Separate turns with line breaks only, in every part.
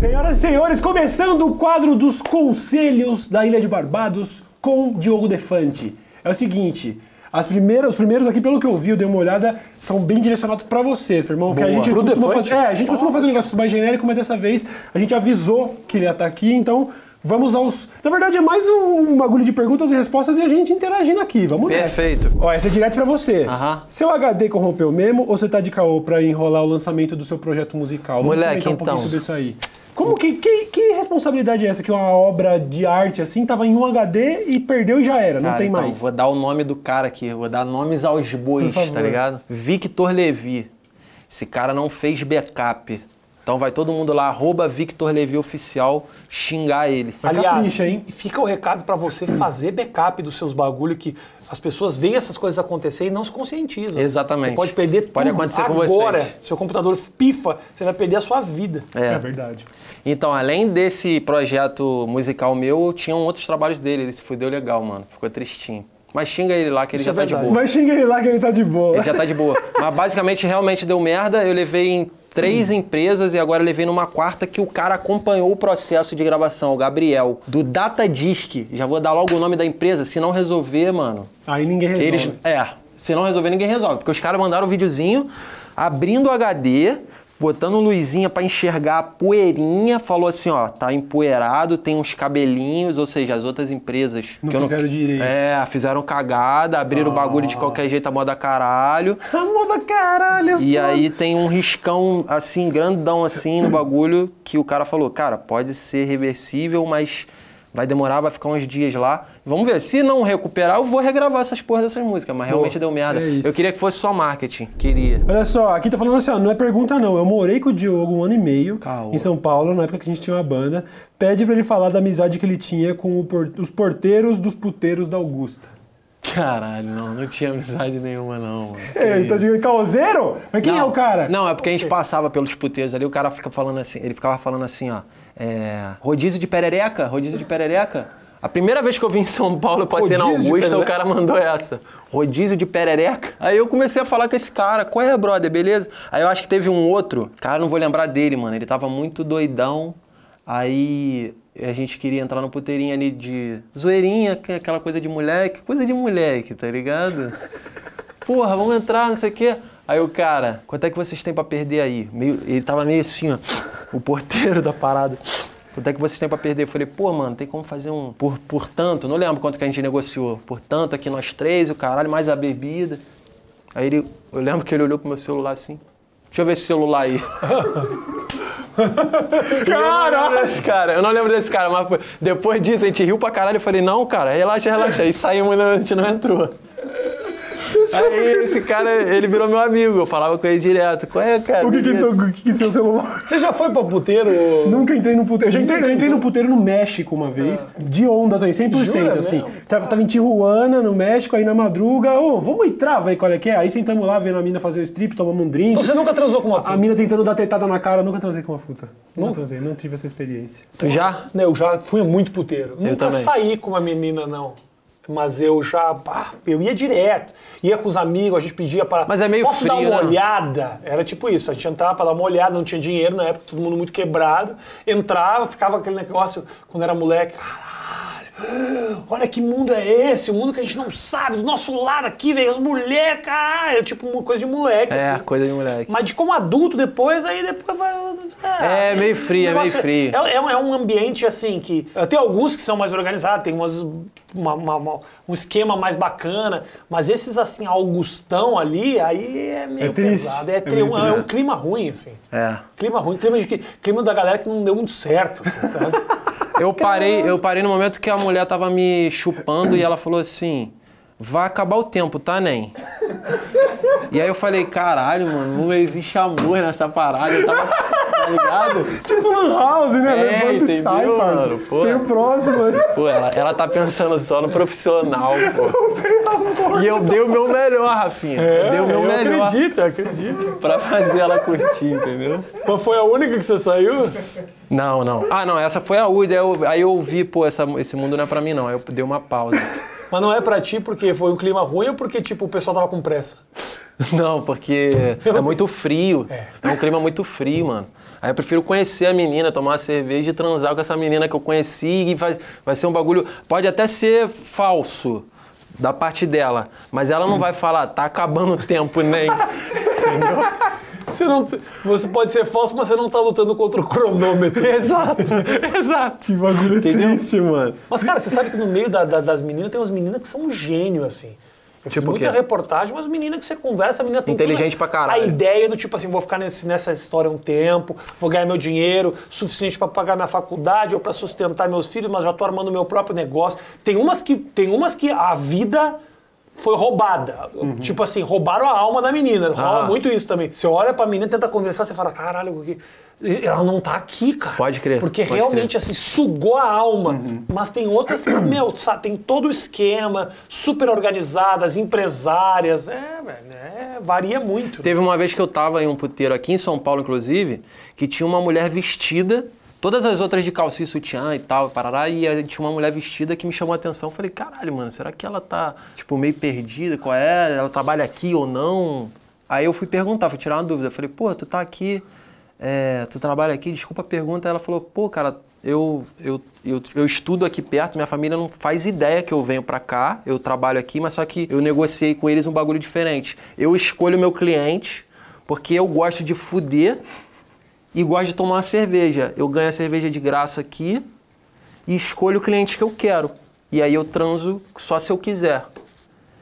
Senhoras e senhores, começando o quadro dos conselhos da Ilha de Barbados com Diogo Defante. É o seguinte, as primeiras, os primeiros aqui, pelo que eu vi, eu dei uma olhada, são bem direcionados pra você, Firmão. Que a
Boa.
gente
Pro
costuma
Defante?
fazer, é, a gente costuma fazer um negócio mais genérico, mas dessa vez a gente avisou que ele ia estar aqui, então vamos aos... Na verdade, é mais um, um bagulho de perguntas e respostas e a gente interagindo aqui, vamos nessa.
Perfeito.
Ó, essa é direto pra você.
Aham.
Seu HD corrompeu mesmo ou você tá de caô pra enrolar o lançamento do seu projeto musical? Vamos
Moleque,
comentar um pouquinho
então.
sobre isso aí. Como que, que, que responsabilidade é essa? Que uma obra de arte assim tava em um HD e perdeu e já era, não
Cara,
tem
então,
mais.
Vou dar o nome do cara aqui, vou dar nomes aos bois,
favor.
tá ligado? Victor Levi. Esse cara não fez backup. Então vai todo mundo lá, arroba Victor Levi Oficial, xingar ele.
Mas
Aliás,
capricha, hein?
fica o recado pra você fazer backup dos seus bagulho que as pessoas veem essas coisas acontecer e não se conscientizam.
Exatamente.
Você pode perder tudo.
Pode acontecer com vocês.
Agora, seu computador pifa, você vai perder a sua vida.
É verdade.
Então, além desse projeto musical meu, tinham outros trabalhos dele. Ele se fudeu legal, mano. Ficou tristinho. Mas xinga ele lá que ele já
Isso é
tá de
verdade.
boa.
Mas xinga ele lá que ele tá de boa.
Ele já tá de boa. Mas basicamente realmente deu merda. Eu levei em três empresas e agora eu levei numa quarta que o cara acompanhou o processo de gravação, o Gabriel, do Datadisc. Já vou dar logo o nome da empresa, se não resolver, mano.
Aí ninguém resolve.
Eles. É, se não resolver, ninguém resolve. Porque os caras mandaram o videozinho abrindo o HD. Botando luzinha pra enxergar a poeirinha, falou assim: ó, tá empoeirado, tem uns cabelinhos, ou seja, as outras empresas.
Não
que eu
fizeram direito.
É, fizeram cagada, abriram o bagulho de qualquer jeito, a moda caralho.
Amor da caralho,
E
foda.
aí tem um riscão, assim, grandão, assim, no bagulho, que o cara falou, cara, pode ser reversível, mas vai demorar, vai ficar uns dias lá. Vamos ver, se não recuperar, eu vou regravar essas porras dessas músicas, mas realmente deu merda.
é isso.
eu queria que fosse só marketing, queria.
Olha só, aqui tá falando assim, ó, não é pergunta não. Eu morei com o Diogo um ano e meio
Caô.
em São Paulo, na época que a gente tinha uma banda. Pede pra ele falar da amizade que ele tinha com o por- os porteiros dos puteiros da Augusta.
Caralho, não, não tinha amizade nenhuma não, mano.
Ele tá dizendo, causeiro? Mas quem
não,
é o cara?
Não, é porque a gente passava pelos puteiros ali, o cara fica falando assim, ele ficava falando assim, ó. É, rodízio de perereca, rodízio de perereca. A primeira vez que eu vim em São Paulo, eu passei na
Rodízio de
Augusta, o
perereca?
cara mandou essa. Rodízio de perereca. Aí eu comecei a falar com esse cara, qual é, brother, beleza? Aí eu acho que teve um outro, cara, eu não vou lembrar dele, mano. Ele tava muito doidão. Aí a gente queria entrar no puteirinho ali de zoeirinha, que é aquela coisa de moleque, coisa de moleque, tá ligado? Porra, vamos entrar, não sei o quê. Aí o cara, quanto é que vocês têm pra perder aí? Meio- ele tava meio assim, ó, o porteiro da parada. Quanto é que vocês têm pra perder? Eu falei, pô, mano, tem como fazer um. Por, por tanto, não lembro quanto que a gente negociou. Por tanto, aqui nós três, o caralho, mais a bebida. Aí ele, eu lembro que ele olhou pro meu celular assim. Deixa eu ver esse celular aí. Caralho! Desse cara. Eu não lembro desse cara, mas foi- depois disso a gente riu pra caralho. Eu falei, não, cara, relaxa, relaxa. Aí saímos, né, a gente não entrou. Aí esse cara, ele virou meu amigo, eu falava com ele direto. Qual é, cara?
O que que, tu- o que que seu celular?
Você já foi pra puteiro?
Nunca entrei no puteiro. Eu já entrei, eu entrei no puteiro no México uma vez, de onda também, 100%,
Jura
assim.
mesmo?
Tava, tava em Tijuana, no México, aí na madruga, ô, vamos entrar, vai, qual é que é? Aí sentamos lá, vendo a mina fazer o strip, tomamos um drink.
Então você nunca transou com uma
A
puta?
mina tentando dar tetada na cara, eu nunca transei com uma puta. Nunca transei, não tive essa experiência.
Tu já?
Né, Eu já fui muito puteiro. nunca
também.
saí com uma menina, não. Mas eu já. pá, eu ia direto. Ia com os amigos, a gente pedia pra.
Mas é meio
Posso dar
frio,
uma
né?
olhada? Era tipo isso. A gente entrava pra dar uma olhada, não tinha dinheiro na época, todo mundo muito quebrado. Entrava, ficava aquele negócio quando era moleque. Caralho, olha que mundo é esse? O mundo que a gente não sabe. Do nosso lado aqui, velho, as mulheres, caralho. Era tipo uma coisa de moleque.
É,
assim.
coisa de moleque.
Mas de como adulto depois, aí depois vai.
É, meio frio, é
o negócio
meio frio.
É, é um, é um ambiente assim que. eh, Tem alguns que são mais organizados, tem umas, uma- uma- uma- um esquema mais bacana, mas esses assim, Augustão ali, aí é meio
É triste,
pesado. É,
é
tri-
meio
um, é um
triste.
clima ruim, assim.
É.
Clima ruim, clima, de, que- clima da galera que não deu muito certo, assim, sabe?
Eu parei, eu parei no momento que a mulher tava me chupando e ela falou assim: vai acabar o tempo, tá, Nen? E aí eu falei, caralho, mano, não existe amor nessa parada. Eu tava. Tá ligado?
Tipo Lan House, né?
É,
Levanta e
entendeu,
sai, parça.
mano? Pô.
Tem o próximo. né?
Pô, ela, ela tá pensando só no profissional, pô. E eu dei o meu melhor, Rafinha. eu dei o
É,
meu
eu
melhor
acredito, eu acredito.
pra fazer ela curtir, entendeu?
Mas foi a única que você saiu?
Não, não. Ah, não, essa foi a UD. Aí eu, aí eu ouvi, pô, essa- esse mundo não é pra mim, não. Aí eu dei uma pausa.
Mas não é pra ti porque foi um clima ruim ou porque, tipo, o pessoal tava com pressa?
Não, porque é muito frio. É. um clima muito frio, mano. Aí eu prefiro conhecer a menina, tomar uma cerveja e transar com essa menina que eu conheci e vai, vai ser um bagulho. Pode até ser falso da parte dela, mas ela não vai falar, tá acabando o tempo, nem.
Você, não, t- você pode ser falso, mas você não tá lutando contra o cronômetro.
exato, exato.
Que bagulho triste, mano.
Mas, cara, você sabe que no meio da- da- das meninas tem umas meninas que são um gênio, assim. Eu
Tipo
fiz muita
o quê?
reportagem, mas menina que você conversa, a menina tem
Inteligente pra caralho.
A ideia do tipo assim, vou ficar nesse- nessa história um tempo, vou ganhar meu dinheiro suficiente pra pagar minha faculdade ou pra sustentar meus filhos, mas já tô armando meu próprio negócio. Tem umas que, tem umas que a vida foi roubada. Tipo assim, roubaram a alma da menina. Rola
Uhum. Ah.
muito isso também. Você olha pra menina, tenta conversar, você fala, caralho, o que- ela não tá aqui, cara.
Pode crer,
Porque
pode crer.
realmente realmente, assim, sugou a alma.
Uhum.
Mas tem outras que, meu, sa- tem todo o esquema, super organizadas, empresárias. É, velho, é, varia muito.
Teve uma vez que eu tava em um puteiro aqui em São Paulo, inclusive, que tinha uma mulher vestida, todas as outras de calcinha e sutiã e tal, parará, e aí tinha uma mulher vestida que me chamou a atenção. Eu falei, caralho, mano, será que ela tá, tipo, meio perdida? Qual é? Ela trabalha aqui ou não? Aí eu fui perguntar, fui tirar uma dúvida. Eu falei, pô, tu tá aqui, é, tu trabalha aqui, desculpa a pergunta. Ela falou, pô, cara, eu, eu, eu, eu estudo aqui perto, minha família não faz ideia que eu venho pra cá, eu trabalho aqui, mas só que eu negociei com eles um bagulho diferente. Eu escolho meu cliente porque eu gosto de fuder e gosto de tomar uma cerveja. Eu ganho a cerveja de graça aqui e escolho o cliente que eu quero. E aí eu transo só se eu quiser.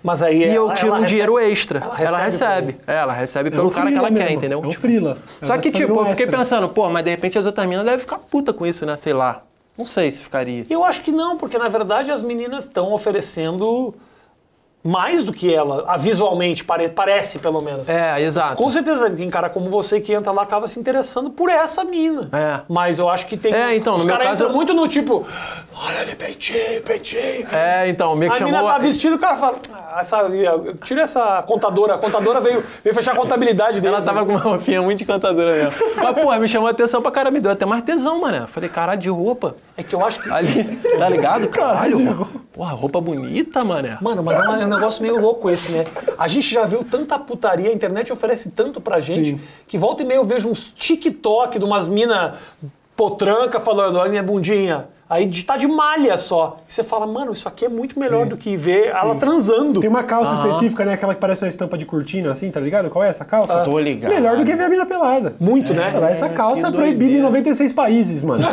Mas aí
E
ela-
eu tiro
ela
um
recebe-
dinheiro extra.
ela
Ela,
recebe
recebe. É, Ela recebe pelo
um
cara que ela
freela
quer,
mesmo,
entendeu?
é um
Tipo,
freela.
Só
Ela
que,
recebe
tipo,
um
eu fiquei
extra.
pensando, pô, mas de repente as outras meninas devem ficar puta com isso, né? Sei lá. Não sei se ficaria.
Eu acho que não, porque na verdade as meninas estão oferecendo mais do que ela, ah, visualmente, pare- parece pelo menos.
É, exato.
Com certeza, tem cara como você que entra lá acaba se interessando por essa mina.
É.
Mas eu acho que tem.
É, então,
os
no meu
caras
caso,
entram
eu-
muito no tipo. Olha ele, peitinho, peitinho.
É, então, meio
A
que chamou.
menina tá vestida, o cara fala. "Ah, essa- tira essa contadora. A contadora veio, veio fechar a contabilidade dele.
Ela tava com uma roupinha muito encantadora mesmo. Mas, porra, me chamou a atenção pra cara, me deu até mais tesão, mano. Falei, caralho, de roupa.
É que eu acho que.
Ali, tá ligado? Caralho. Porra, roupa bonita, mané.
Mano, mas é uma- é um negócio meio louco esse, né? A gente já viu tanta putaria, a internet oferece tanto pra gente, que volta e meia eu vejo uns TikTok de umas mina potranca falando, olha minha bundinha. Aí de- tá de malha só. E você fala, mano, isso aqui é muito melhor do que ver ela transando.
Tem uma calça específica, né? Aquela que parece uma estampa de cortina, assim, tá ligado? Qual é essa calça?
Ah, Tô ligado.
Melhor do que ver a mina pelada.
Muito, né?
Cara, essa calça é
que
proibida em
doideira.
96 países, mano.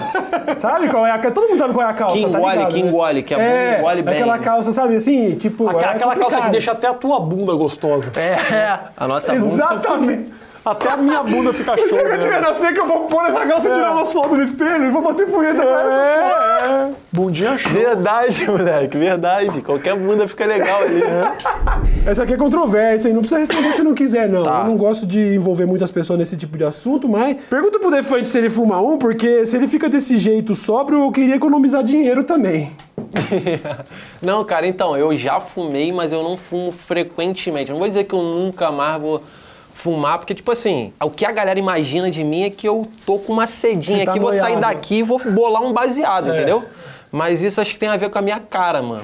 sabe qual é a calça? Todo mundo sabe qual é a calça,
Que
tá
engole,
ligado,
que
né?
engole, que a bunda
é,
engole bem,
Aquela
né?
calça, sabe, assim, tipo...
Aquela,
é
aquela calça que
complicado.
deixa até a tua bunda gostosa.
É, a nossa bunda.
Exatamente.
Até a minha bunda fica
O dia que eu
show.
tiver
Né?
na seca, eu vou pôr essa calça e
É.
tirar umas fotos no espelho e vou bater punheta pra ela.
Bundinha show.
Verdade, moleque, verdade. Qualquer bunda fica legal ali.
Essa aqui é controvérsia, hein? Não precisa responder se não quiser, não.
Tá.
Eu não gosto de envolver muitas pessoas nesse tipo de assunto, mas... Pergunta pro Defante se ele fuma um, porque se ele fica desse jeito sóbrio, eu queria economizar dinheiro também.
Não, cara, então, eu já fumei, mas eu não fumo frequentemente. Eu Não vou dizer que eu nunca mais vou fumar, porque, tipo assim, o que a galera imagina de mim é que eu tô com uma
Você
cedinha
tá
aqui, vou sair
noiado.
daqui e vou bolar um baseado, entendeu? Mas isso acho que tem a ver com a minha cara, mano.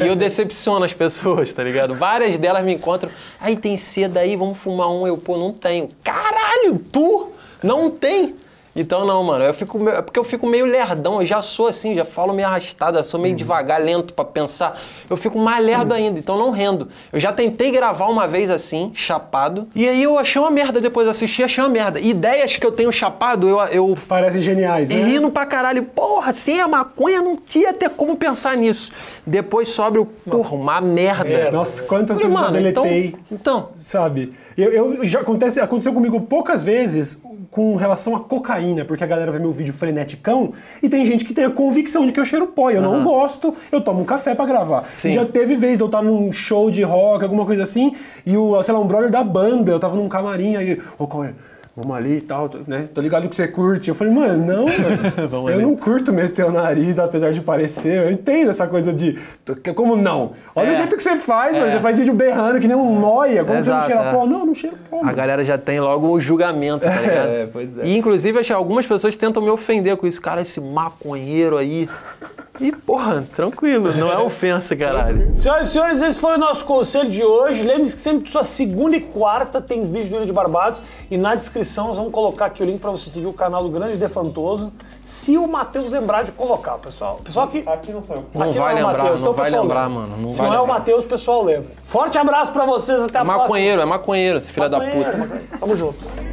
E eu decepciono as pessoas, tá ligado? Várias delas me encontram. Aí tem seda aí, vamos fumar um. Eu, pô, não tenho. Caralho, tu não tem? Então não, mano, eu fico meio- é porque eu fico meio lerdão, eu já sou assim, já falo meio arrastado, eu sou meio devagar, lento pra pensar. Eu fico mais lerdo ainda, então não rendo. Eu já tentei gravar uma vez assim, chapado, e aí eu achei uma merda depois assisti, achei uma merda. Ideias que eu tenho chapado, eu, eu
Parecem geniais, né?
rindo pra caralho, porra, sem a maconha não tinha até como pensar nisso. Depois sobra o porra, uma merda.
É, Nossa, quantas
Falei,
vezes eu
mano, então,
deletei.
então,
Sabe? Eu, eu- já acontece, aconteceu comigo poucas vezes com relação à cocaína, porque a galera vê meu vídeo freneticão e tem gente que tem a convicção de que eu cheiro pó. e Eu não gosto, eu tomo um café pra gravar.
Sim.
E Já teve vez de eu estar num show de rock, alguma coisa assim, e o, sei lá, um brother da banda, eu tava num camarim aí, ô qual é? Vamos ali e tal, tô- né? Tô ligado que você curte. Eu falei, mano, não, mano. eu não curto meter o nariz, apesar de parecer. Eu entendo essa coisa de. Como não? Olha o
É.
jeito que você faz, mano.
É.
Você faz vídeo berrando que nem um nóia. Como
Exato,
você não cheira
é.
pó? Não, eu não cheiro pó.
A
mano.
galera já tem logo o julgamento, tá ligado?
É, pois é.
E inclusive acho que algumas pessoas tentam me ofender com isso. Cara, esse maconheiro aí. E, porra, tranquilo, não é ofensa, caralho.
Senhoras e senhores, esse foi o nosso conselho de hoje. Lembre-se que sempre sua segunda e quarta tem vídeo do Ilha de Barbados. E na descrição nós vamos colocar aqui o link pra você seguir o canal do Grande Defantoso. Se o Matheus lembrar de colocar, pessoal. Pessoal que.
Aqui não foi.
Não
aqui
vai
é o
lembrar,
Matheus,
não
então o
vai
pessoal
lembrar,
lembra.
mano. Não
Se
vai
não é o
lembrar.
Matheus, o pessoal lembra. Forte abraço pra vocês, até a
É maconheiro, é maconheiro, esse filho da
próxima.
puta.
Maconheiro, maconheiro. Tamo junto.